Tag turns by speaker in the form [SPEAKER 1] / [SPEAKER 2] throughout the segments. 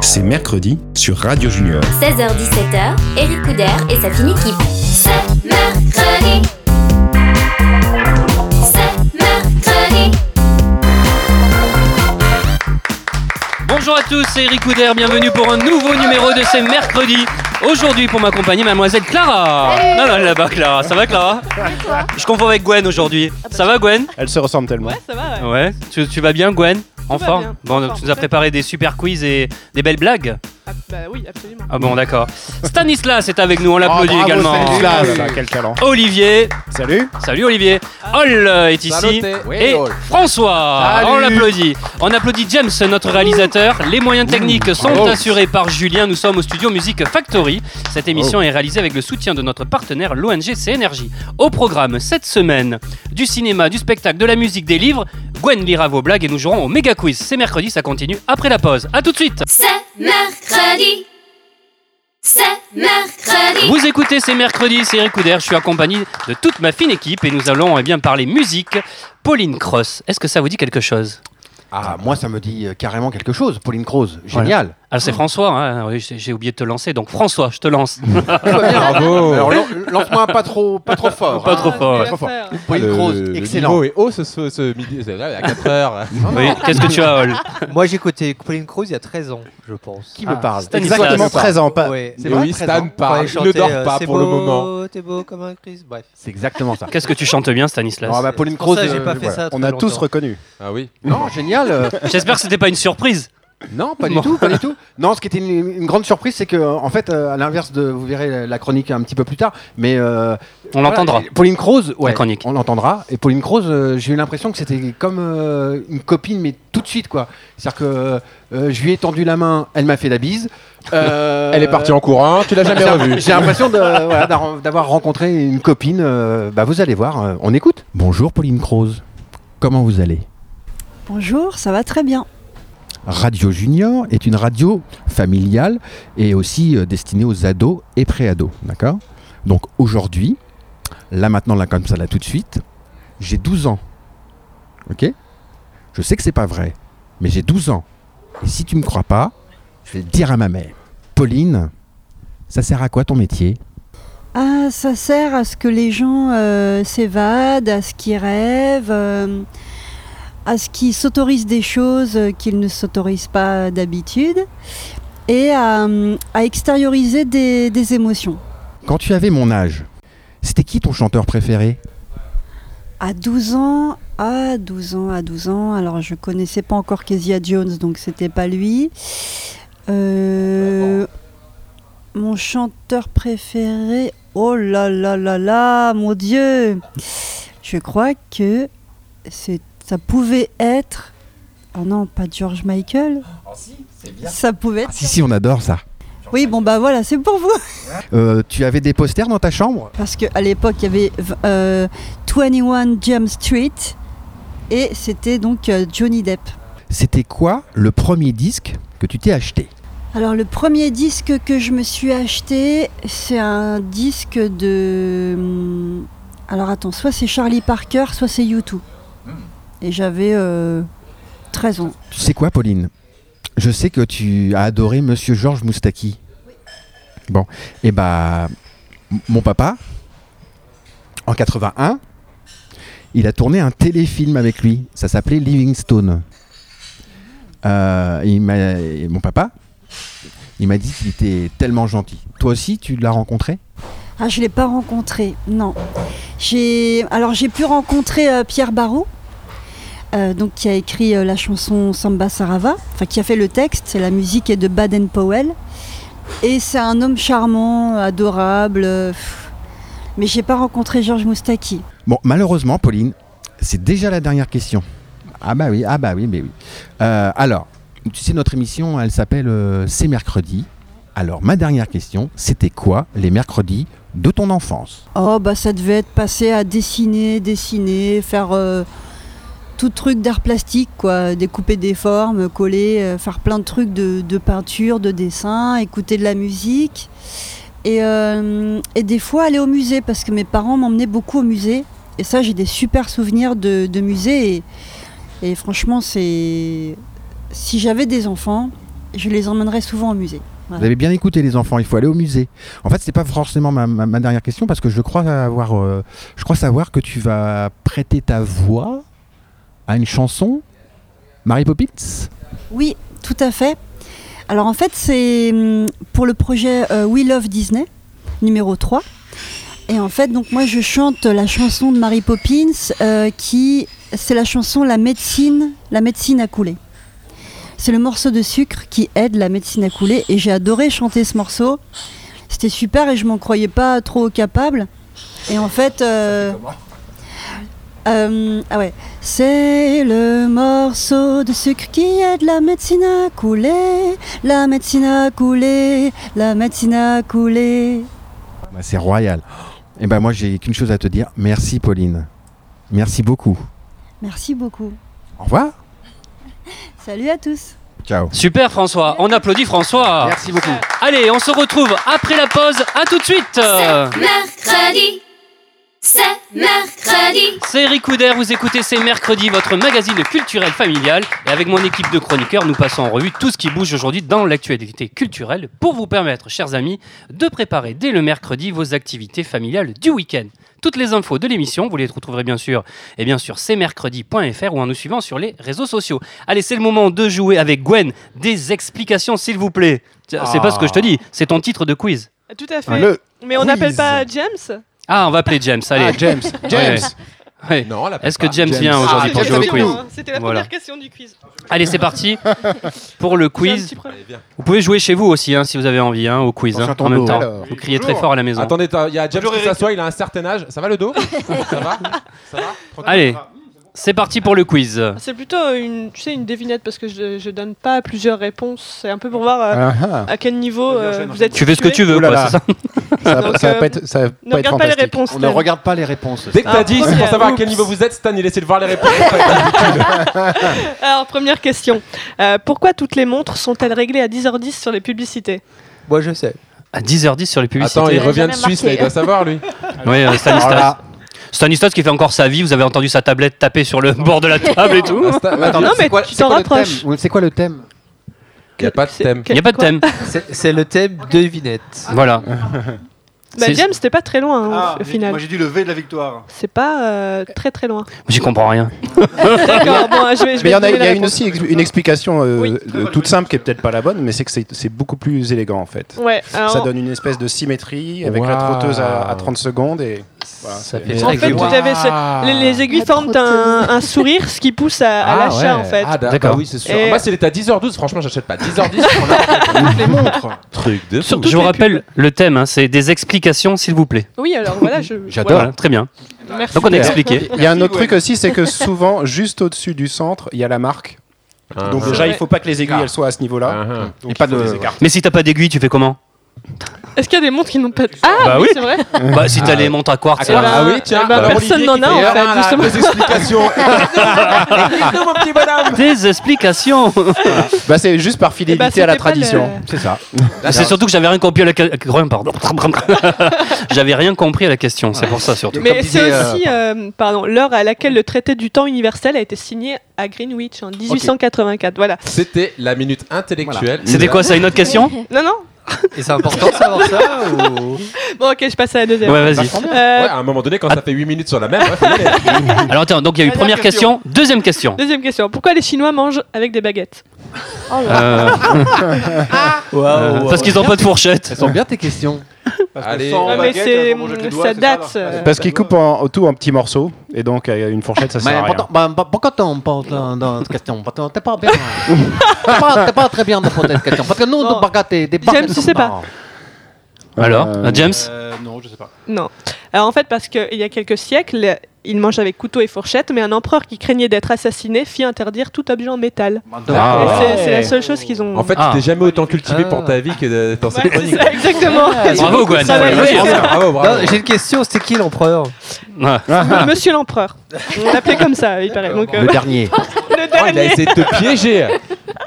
[SPEAKER 1] C'est mercredi sur Radio Junior.
[SPEAKER 2] Oh,
[SPEAKER 3] 16h-17h, Eric Couder et sa fine équipe. C'est mercredi. C'est mercredi.
[SPEAKER 4] Bonjour à tous, c'est Eric Couder, bienvenue pour un nouveau numéro de ces mercredis. Aujourd'hui, pour m'accompagner, mademoiselle Clara. Non, non, elle est là-bas, Clara. Ça va, Clara Je confonds avec Gwen aujourd'hui. Ça va, Gwen
[SPEAKER 2] Elles se ressemblent tellement.
[SPEAKER 5] Ah, bah, Ouais, ça va. ouais.
[SPEAKER 4] Ouais. Tu, tu vas bien, Gwen En
[SPEAKER 5] va
[SPEAKER 4] forme
[SPEAKER 5] bien,
[SPEAKER 4] Bon,
[SPEAKER 5] en
[SPEAKER 4] donc,
[SPEAKER 5] forme.
[SPEAKER 4] tu nous as préparé des super quiz et des belles blagues
[SPEAKER 5] Ah, bah oui, absolument.
[SPEAKER 4] Ah bon, d'accord. Stanislas est avec nous, on l'applaudit
[SPEAKER 2] Oh, bravo,
[SPEAKER 4] également. bah,
[SPEAKER 2] Stanislas. Ah, Quel talent.
[SPEAKER 4] Olivier,
[SPEAKER 2] Salut.
[SPEAKER 4] salut Olivier. Hall euh, est ici. Et François,
[SPEAKER 2] Salut.
[SPEAKER 4] on l'applaudit. On applaudit James, notre réalisateur. Les moyens techniques sont
[SPEAKER 2] Mmh. bravo.
[SPEAKER 4] assurés par Julien. Nous sommes au studio Music Factory. Cette émission est réalisée avec le soutien de notre partenaire, l'ONG Énergie. Au programme cette semaine, du cinéma, du spectacle, de la musique, des livres, Gwen lira vos blagues et nous jouerons au méga quiz. C'est mercredi, ça continue après la pause. A tout de suite.
[SPEAKER 3] C'est mercredi. C'est mercredi.
[SPEAKER 4] Vous écoutez, c'est mercredi, c'est Eric Couder. Je suis accompagné de toute ma fine équipe et nous allons eh bien parler musique. Pauline Cross, est-ce que ça vous dit quelque chose
[SPEAKER 6] Ah, moi,
[SPEAKER 7] bah.
[SPEAKER 6] ça me dit euh, carrément quelque chose. Pauline Croze, génial.
[SPEAKER 4] Alors c'est François, hein. Oui, j'ai j'ai oublié de te lancer, donc François, je te lance.
[SPEAKER 6] Tout va bien. Alors, lan- lance-moi un pas trop, pas trop fort.
[SPEAKER 4] Pas
[SPEAKER 6] hein.
[SPEAKER 4] trop
[SPEAKER 5] Ah,
[SPEAKER 4] fort,
[SPEAKER 5] je vais
[SPEAKER 4] ouais.
[SPEAKER 5] la
[SPEAKER 6] Trop fort.
[SPEAKER 5] faire.
[SPEAKER 6] Pauline
[SPEAKER 7] Le-
[SPEAKER 6] Croze,
[SPEAKER 7] le
[SPEAKER 6] excellent.
[SPEAKER 7] niveau est haut ce, ce- ce midi, c'est vrai, à 4 heures.
[SPEAKER 4] Oui, qu'est-ce que tu as, Hall
[SPEAKER 8] Moi, j'écoutais Pauline Cruz il y a 13 ans, je pense.
[SPEAKER 6] Qui
[SPEAKER 4] Ah,
[SPEAKER 6] me parle
[SPEAKER 4] Stanislas.
[SPEAKER 2] Exactement 13 ans. Pas...
[SPEAKER 8] Ouais.
[SPEAKER 6] C'est
[SPEAKER 7] Et
[SPEAKER 6] vrai,
[SPEAKER 7] oui,
[SPEAKER 6] 13 ans.
[SPEAKER 7] Stan
[SPEAKER 8] Quand
[SPEAKER 7] parle,
[SPEAKER 8] elle
[SPEAKER 7] il ne
[SPEAKER 8] chantait,
[SPEAKER 7] dort
[SPEAKER 8] euh,
[SPEAKER 7] pas
[SPEAKER 8] C'est
[SPEAKER 7] pour le
[SPEAKER 8] beau,
[SPEAKER 7] moment.
[SPEAKER 8] T'es beau comme un Christ. Bref.
[SPEAKER 6] C'est exactement ça.
[SPEAKER 4] Qu'est-ce que tu chantes bien, Stanislas
[SPEAKER 6] Ah, bah, Pauline
[SPEAKER 8] C'est pour
[SPEAKER 6] Croze,
[SPEAKER 8] ça que j'ai
[SPEAKER 6] euh,
[SPEAKER 8] pas fait
[SPEAKER 6] voilà.
[SPEAKER 8] ça.
[SPEAKER 2] On
[SPEAKER 8] très
[SPEAKER 2] a tous
[SPEAKER 8] longtemps.
[SPEAKER 2] reconnu.
[SPEAKER 7] Ah oui.
[SPEAKER 6] Non, génial. euh,
[SPEAKER 4] J'espère que c'était pas une surprise.
[SPEAKER 6] non, pas du
[SPEAKER 4] Bon.
[SPEAKER 6] tout, pas du tout. Non, ce qui était une, une grande surprise, c'est que, en fait, euh, à l'inverse de, vous verrez la chronique un petit peu plus tard, mais euh,
[SPEAKER 4] On
[SPEAKER 6] Voilà,
[SPEAKER 4] l'entendra.
[SPEAKER 6] et Pauline Croze, ouais,
[SPEAKER 4] chronique.
[SPEAKER 6] on l'entendra. Et Pauline Croze, euh, j'ai eu l'impression que c'était comme euh, une copine, mais tout de suite, quoi. C'est-à-dire que euh, je lui ai tendu la main, elle m'a fait la bise. Euh,
[SPEAKER 7] Elle est partie en courant, tu l'as jamais
[SPEAKER 6] j'ai-
[SPEAKER 7] revue.
[SPEAKER 6] J'ai l'impression de, voilà, d'avoir d'avoir rencontré une copine. euh, bah, vous allez voir, euh, on écoute. Bonjour Pauline Croze, comment vous allez
[SPEAKER 9] Bonjour, ça va très bien.
[SPEAKER 6] Radio Junior est une radio familiale et aussi euh, destinée aux ados et pré-ados. D'accord Donc aujourd'hui, là maintenant, là comme ça, là tout de suite, j'ai 12 ans. Ok Je sais que c'est pas vrai, mais j'ai 12 ans. Et si tu me crois pas, je vais le dire à ma mère. Pauline, ça sert à quoi ton métier
[SPEAKER 9] Ah, ça sert à ce que les gens euh, s'évadent, à ce qu'ils rêvent, euh, à ce qu'ils s'autorisent des choses euh, qu'ils ne s'autorisent pas d'habitude et à, euh, à extérioriser des, des émotions.
[SPEAKER 6] Quand tu avais mon âge, c'était qui ton chanteur préféré
[SPEAKER 9] À 12 ans, à 12 ans, à 12 ans, alors je connaissais pas encore Kezia Jones, donc c'était pas lui. Euh, mon chanteur préféré, oh là là là là, mon Dieu Je crois que c'est, ça pouvait être... Ah non, pas George Michael Ça pouvait être...
[SPEAKER 6] Ah, Si, si, on adore ça.
[SPEAKER 9] Oui, bon bah voilà, c'est pour vous
[SPEAKER 6] Euh, tu avais des posters dans ta chambre
[SPEAKER 9] Parce qu'à l'époque, il y avait v- euh, 21 Jump Street et c'était donc euh, Johnny Depp.
[SPEAKER 6] C'était quoi le premier disque que tu t'es acheté
[SPEAKER 9] Alors, le premier disque que je me suis acheté, c'est un disque de. hum, Alors, attends, soit c'est Charlie Parker, soit c'est U2. Et j'avais euh, 13 ans.
[SPEAKER 6] Tu sais quoi, Pauline Je sais que tu as adoré Monsieur Georges Moustaki. Bon, et bah, m- mon papa, en 81, il a tourné un téléfilm avec lui. Ça s'appelait Livingstone. Euh, il m'a- et mon papa, il m'a dit qu'il était tellement gentil. Toi aussi, tu l'as rencontré
[SPEAKER 9] Ah, je ne l'ai pas rencontré, non. J'ai- Alors, j'ai pu rencontrer euh, Pierre Barrault, euh, donc, qui a écrit euh, la chanson Samba Sarava, enfin, qui a fait le texte, c'est la musique est de Baden Powell. Et c'est un homme charmant, adorable, euh, pff. mais j'ai pas rencontré Georges Moustaki.
[SPEAKER 6] Bon, malheureusement, Pauline, c'est déjà la dernière question. Ah bah oui, ah bah oui, mais oui. Euh, alors, tu sais, notre émission, elle s'appelle euh, C'est mercredi. Alors, ma dernière question, c'était quoi les mercredis de ton enfance
[SPEAKER 9] Oh, bah ça devait être passé à dessiner, dessiner, faire euh, tout truc d'art plastique, quoi. Découper des formes, coller, euh, faire plein de trucs de, de peinture, de dessin, écouter de la musique. Et, euh, et des fois aller au musée, parce que mes parents m'emmenaient beaucoup au musée. Et ça, j'ai des super souvenirs de, de musée. Et, et franchement, c'est. Si j'avais des enfants, je les emmènerai souvent au musée.
[SPEAKER 6] Vous avez bien écouté les enfants, il faut aller au musée. En fait, c'est pas forcément ma, ma- ma dernière question parce que je crois avoir, euh, je crois savoir que tu vas prêter ta voix à une chanson, Mary Poppins.
[SPEAKER 9] Oui, tout à fait. Alors en fait, c'est hum, pour le projet euh, We Love Disney, numéro 3. Et en fait, donc moi, je chante la chanson de Mary Poppins, euh, qui c'est la chanson La médecine, la médecine à couler. C'est le morceau de sucre qui aide la médecine à couler, et j'ai adoré chanter ce morceau. C'était super, et je m'en croyais pas trop capable. Et en fait, euh, euh, ah ouais, c'est le morceau de sucre qui aide la médecine à couler, la médecine à couler, la médecine à couler.
[SPEAKER 6] Bah, c'est royal. Et ben moi, j'ai qu'une chose à te dire. Merci, Pauline. Merci beaucoup.
[SPEAKER 9] Merci beaucoup.
[SPEAKER 6] Au revoir.
[SPEAKER 9] Salut à tous.
[SPEAKER 6] Ciao.
[SPEAKER 4] Super François, on applaudit François.
[SPEAKER 2] Merci beaucoup.
[SPEAKER 4] Allez, on se retrouve après la pause. À tout de suite.
[SPEAKER 3] mercredi, c'est mercredi,
[SPEAKER 4] C'est Eric Couder, vous écoutez C'est Mercredi, votre magazine culturel familial. Et avec mon équipe de chroniqueurs, nous passons en revue tout ce qui bouge aujourd'hui dans l'actualité culturelle pour vous permettre, chers amis, de préparer dès le mercredi vos activités familiales du week-end. Toutes les infos de l'émission, vous les retrouverez bien sûr et bien sûr cmercredi.fr ou en nous suivant sur les réseaux sociaux. Allez, c'est le moment de jouer avec Gwen. Des explications, s'il vous plaît. Tiens, C'est pas ce que je te dis, c'est ton titre de quiz.
[SPEAKER 5] Ah, Tout à fait.
[SPEAKER 2] Le
[SPEAKER 5] Mais on n'appelle pas James
[SPEAKER 4] Ah, on va appeler James, allez.
[SPEAKER 7] James, James.
[SPEAKER 4] Ouais.
[SPEAKER 7] Non, la
[SPEAKER 4] Est-ce que
[SPEAKER 7] pas.
[SPEAKER 4] James, vient
[SPEAKER 7] Ah,
[SPEAKER 4] aujourd'hui
[SPEAKER 5] Ah,
[SPEAKER 4] pour
[SPEAKER 5] James
[SPEAKER 4] jouer au
[SPEAKER 5] est
[SPEAKER 4] quiz
[SPEAKER 5] bien, hein. C'était la
[SPEAKER 4] Voilà.
[SPEAKER 5] première question du quiz.
[SPEAKER 4] Allez, c'est parti pour
[SPEAKER 5] J'ai
[SPEAKER 4] le
[SPEAKER 5] un
[SPEAKER 4] quiz.
[SPEAKER 5] petit problème.
[SPEAKER 7] Allez, viens.
[SPEAKER 4] Vous pouvez jouer chez vous aussi hein, si vous avez envie hein, au quiz hein,
[SPEAKER 6] Attention à ton
[SPEAKER 4] en même
[SPEAKER 6] dos.
[SPEAKER 4] temps.
[SPEAKER 7] Alors.
[SPEAKER 4] vous criez très
[SPEAKER 7] Bonjour.
[SPEAKER 4] fort à la maison.
[SPEAKER 7] Attendez, t'as- il y a James
[SPEAKER 2] Bonjour,
[SPEAKER 7] qui
[SPEAKER 2] Eric.
[SPEAKER 7] s'assoit, il a un certain âge. Ça va le dos Ça va Ça va Tranquille
[SPEAKER 4] Allez, c'est parti pour le quiz.
[SPEAKER 5] C'est plutôt une, tu sais, une devinette parce que je, je donne pas plusieurs réponses. C'est un peu pour voir euh, à quel niveau
[SPEAKER 7] Vas-y,
[SPEAKER 5] euh,
[SPEAKER 7] enchaîne,
[SPEAKER 5] vous
[SPEAKER 7] enchaîne.
[SPEAKER 5] êtes.
[SPEAKER 4] Tu fais ce que
[SPEAKER 5] situé.
[SPEAKER 4] tu veux,
[SPEAKER 2] Ah, Ouh là
[SPEAKER 4] quoi,
[SPEAKER 2] là.
[SPEAKER 4] c'est ça
[SPEAKER 2] Ça va,
[SPEAKER 5] Donc,
[SPEAKER 2] ça va
[SPEAKER 5] euh,
[SPEAKER 2] pas être, ça va
[SPEAKER 5] Ne
[SPEAKER 2] pas être
[SPEAKER 5] regarde pas les
[SPEAKER 2] fantastique.
[SPEAKER 5] réponses.
[SPEAKER 6] On ne
[SPEAKER 5] Stan.
[SPEAKER 6] regarde pas les réponses.
[SPEAKER 7] Dès que
[SPEAKER 5] Ah,
[SPEAKER 7] t'as dit, c'est pour
[SPEAKER 5] première.
[SPEAKER 7] savoir à quel
[SPEAKER 5] Oups.
[SPEAKER 7] niveau vous êtes, Stan, il essaie de voir les réponses.
[SPEAKER 5] Alors, première question. Euh, pourquoi toutes les montres sont-elles réglées à 10h10 sur les publicités
[SPEAKER 8] Moi, je sais.
[SPEAKER 4] À 10h10 sur les publicités.
[SPEAKER 7] Attends, il
[SPEAKER 3] J'avais
[SPEAKER 7] revient de
[SPEAKER 3] jamais
[SPEAKER 7] Suisse,
[SPEAKER 3] marqué.
[SPEAKER 7] là, il doit savoir, lui.
[SPEAKER 4] Oui, euh,
[SPEAKER 10] Oh
[SPEAKER 2] Alors
[SPEAKER 4] Stanislas.
[SPEAKER 2] là,
[SPEAKER 4] Stanislas qui fait encore sa vie, vous avez entendu sa tablette taper sur le bord de la table et
[SPEAKER 7] Ah,
[SPEAKER 4] tout.
[SPEAKER 5] Attends, non, mais tu t'en rapproches.
[SPEAKER 6] C'est quoi le thème
[SPEAKER 7] Il n'y a pas de
[SPEAKER 5] C'est-
[SPEAKER 7] thème.
[SPEAKER 4] Il n'y a pas de
[SPEAKER 5] quoi
[SPEAKER 4] thème.
[SPEAKER 8] C'est c'est le thème devinette.
[SPEAKER 4] Voilà.
[SPEAKER 5] Bah,
[SPEAKER 4] C'est-
[SPEAKER 5] James, c'était pas très loin hein, au final.
[SPEAKER 11] Moi j'ai dit le V de la victoire.
[SPEAKER 5] C'est pas euh, très très loin.
[SPEAKER 4] J'y comprends rien.
[SPEAKER 5] D'accord, bon, Ah, je vais. je
[SPEAKER 2] Mais il y
[SPEAKER 5] vais
[SPEAKER 2] en a,
[SPEAKER 5] te donner
[SPEAKER 2] il
[SPEAKER 5] la
[SPEAKER 2] y a une
[SPEAKER 5] réponse.
[SPEAKER 2] aussi ex- une explication euh,
[SPEAKER 5] Oui.
[SPEAKER 2] euh, toute simple qui est peut-être pas la bonne, mais c'est que c'est c'est beaucoup plus élégant en fait.
[SPEAKER 5] Ouais, alors,
[SPEAKER 2] Ça donne une espèce de symétrie avec la
[SPEAKER 6] Waouh.
[SPEAKER 2] trotteuse à, à 30 secondes et voilà,
[SPEAKER 8] Ça
[SPEAKER 2] c'est-
[SPEAKER 8] fait
[SPEAKER 5] En
[SPEAKER 8] très
[SPEAKER 5] fait,
[SPEAKER 8] cool.
[SPEAKER 5] tout à fait.
[SPEAKER 7] Ah.
[SPEAKER 5] c'est- Les, les aiguilles forment un, un sourire, ce qui pousse à, à l'achat en fait.
[SPEAKER 7] Ah,
[SPEAKER 4] D'accord.
[SPEAKER 7] d'accord. Oui, c'est sûr.
[SPEAKER 5] Et-
[SPEAKER 7] Ah, Moi, s'il était à 10h12, franchement, j'achète pas. 10h10, on a toutes les montres. Truc de
[SPEAKER 4] Je vous rappelle le thème, hein, c'est des explications, s'il vous plaît.
[SPEAKER 5] Oui, alors voilà, je.
[SPEAKER 6] J'adore.
[SPEAKER 4] Voilà, hein. très bien.
[SPEAKER 5] voilà, merci.
[SPEAKER 4] Donc on a expliqué.
[SPEAKER 2] euh, Il y a un autre truc aussi, c'est que souvent, juste au-dessus du centre, il y a la marque.
[SPEAKER 4] Ah.
[SPEAKER 2] Donc
[SPEAKER 5] C'est
[SPEAKER 2] déjà, il
[SPEAKER 5] vrai.
[SPEAKER 2] faut pas que les aiguilles
[SPEAKER 7] Ah.
[SPEAKER 2] elles soient à ce niveau-là.
[SPEAKER 6] Et
[SPEAKER 2] Donc,
[SPEAKER 6] pas
[SPEAKER 2] il faut
[SPEAKER 6] de-
[SPEAKER 2] les écarter.
[SPEAKER 4] Mais si t'as pas d'aiguille, tu fais comment
[SPEAKER 5] Est-ce qu'il y a des montres qui n'ont pas. de- Ah
[SPEAKER 4] Bah
[SPEAKER 5] oui,
[SPEAKER 4] oui.
[SPEAKER 5] c'est vrai.
[SPEAKER 4] Bah si t'as les montres à quartz.
[SPEAKER 5] Eh ben,
[SPEAKER 4] là.
[SPEAKER 7] Ah oui, tiens,
[SPEAKER 5] eh ben,
[SPEAKER 7] bah,
[SPEAKER 5] personne
[SPEAKER 7] Olivier
[SPEAKER 5] n'en
[SPEAKER 7] qui
[SPEAKER 5] a
[SPEAKER 7] fait,
[SPEAKER 5] en
[SPEAKER 7] ah, là,
[SPEAKER 5] fait. Justement.
[SPEAKER 7] Des explications. Explique-nous, mon petit bonhomme.
[SPEAKER 4] Des explications.
[SPEAKER 2] Bah, c'est juste par
[SPEAKER 5] Eh
[SPEAKER 2] fidélité
[SPEAKER 5] ben,
[SPEAKER 2] à
[SPEAKER 5] c'était
[SPEAKER 2] la
[SPEAKER 5] pas
[SPEAKER 2] tradition.
[SPEAKER 5] le-
[SPEAKER 6] C'est ça.
[SPEAKER 4] C'est surtout que j'avais rien compris à la question. Pardon. j'avais rien compris à la question, c'est pour ça surtout.
[SPEAKER 5] Mais
[SPEAKER 8] Comme
[SPEAKER 5] c'est
[SPEAKER 8] disait, euh,
[SPEAKER 5] aussi euh, pardon, l'heure à laquelle le traité du temps universel a été signé à Greenwich en 1884. Voilà.
[SPEAKER 7] C'était la minute intellectuelle.
[SPEAKER 4] C'était quoi ça Une autre question
[SPEAKER 5] Non, non
[SPEAKER 8] Et c'est important de savoir ça ou...
[SPEAKER 5] Bon, ok, je passe à la deuxième.
[SPEAKER 4] Ouais, vas-y.
[SPEAKER 5] Euh,
[SPEAKER 7] Ouais, à un moment donné, quand ça fait 8 minutes sur la même, ouais, faut y aller.
[SPEAKER 4] Alors attends, donc il y a eu
[SPEAKER 11] Dernière
[SPEAKER 4] première question, deuxième question.
[SPEAKER 5] Deuxième question. Pourquoi les Chinois mangent avec des baguettes
[SPEAKER 4] Euh, euh,
[SPEAKER 8] Waouh.
[SPEAKER 4] parce qu'ils n'ont pas de fourchette.
[SPEAKER 6] sont bien tes questions.
[SPEAKER 11] Parce
[SPEAKER 7] Allez.
[SPEAKER 11] que sans
[SPEAKER 7] Ouais,
[SPEAKER 5] mais
[SPEAKER 11] baguette,
[SPEAKER 5] c'est-
[SPEAKER 11] faut manger avec les doigts,
[SPEAKER 5] ça
[SPEAKER 11] c'est
[SPEAKER 5] date,
[SPEAKER 11] là.
[SPEAKER 5] euh,
[SPEAKER 2] Parce qu'ils coupent en, tout en petits morceaux, et donc euh, une fourchette ça sert à
[SPEAKER 8] Mais
[SPEAKER 2] rien.
[SPEAKER 8] pourtant, bah, bah, pourquoi t'en parles dans, dans cette question Parce que T'es pas bien. t'es, pas, t'es pas très bien de poser cette question. Parce que nous,
[SPEAKER 5] Bon.
[SPEAKER 8] on bagarre des des
[SPEAKER 5] James,
[SPEAKER 8] baguettes
[SPEAKER 5] tu sais pas.
[SPEAKER 8] Non.
[SPEAKER 4] Alors,
[SPEAKER 2] Euh,
[SPEAKER 4] euh, James
[SPEAKER 11] Euh, Non, je sais pas.
[SPEAKER 5] Non. Alors en fait, parce qu'il y a quelques siècles, ils mangent avec couteau et fourchette, mais un empereur qui craignait d'être assassiné fit interdire tout objet en métal. Et
[SPEAKER 4] Ah,
[SPEAKER 5] c'est-
[SPEAKER 2] ouais.
[SPEAKER 5] c'est la seule chose qu'ils ont.
[SPEAKER 7] En fait,
[SPEAKER 4] Ah.
[SPEAKER 7] tu t'es jamais autant cultivé pour
[SPEAKER 8] Ah.
[SPEAKER 7] ta vie que de- dans
[SPEAKER 5] Ouais,
[SPEAKER 7] cette
[SPEAKER 5] c'est
[SPEAKER 7] chronique.
[SPEAKER 5] ça, exactement.
[SPEAKER 4] Ah, Bravo, Gwen.
[SPEAKER 5] Ça va,
[SPEAKER 4] Ouais,
[SPEAKER 5] oui.
[SPEAKER 7] Bravo, bravo, bravo.
[SPEAKER 8] Non, j'ai une question, c'est qui l'empereur
[SPEAKER 4] Ouais.
[SPEAKER 5] Monsieur l'empereur. On l'appelait comme ça, il paraît. Donc, euh,
[SPEAKER 6] Le dernier.
[SPEAKER 5] le
[SPEAKER 7] Oh, il a essayé de te piéger.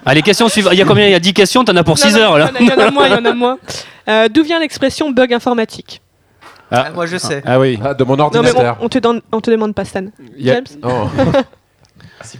[SPEAKER 4] Allez, question suivante. Il y a combien Il y a 10 questions, t'en as pour 6
[SPEAKER 5] Non, non,
[SPEAKER 4] heures là.
[SPEAKER 5] Il y en a- il y en a moins, il y en a moins. Euh, D'où vient l'expression bug informatique
[SPEAKER 2] Ah,
[SPEAKER 8] Moi, je sais.
[SPEAKER 2] ah oui,
[SPEAKER 7] Ah, de mon
[SPEAKER 5] Non, mais on,
[SPEAKER 7] ordinateur.
[SPEAKER 5] on te, donne- on te demande pas, Stan.
[SPEAKER 2] Il y a-
[SPEAKER 5] James
[SPEAKER 7] Oh.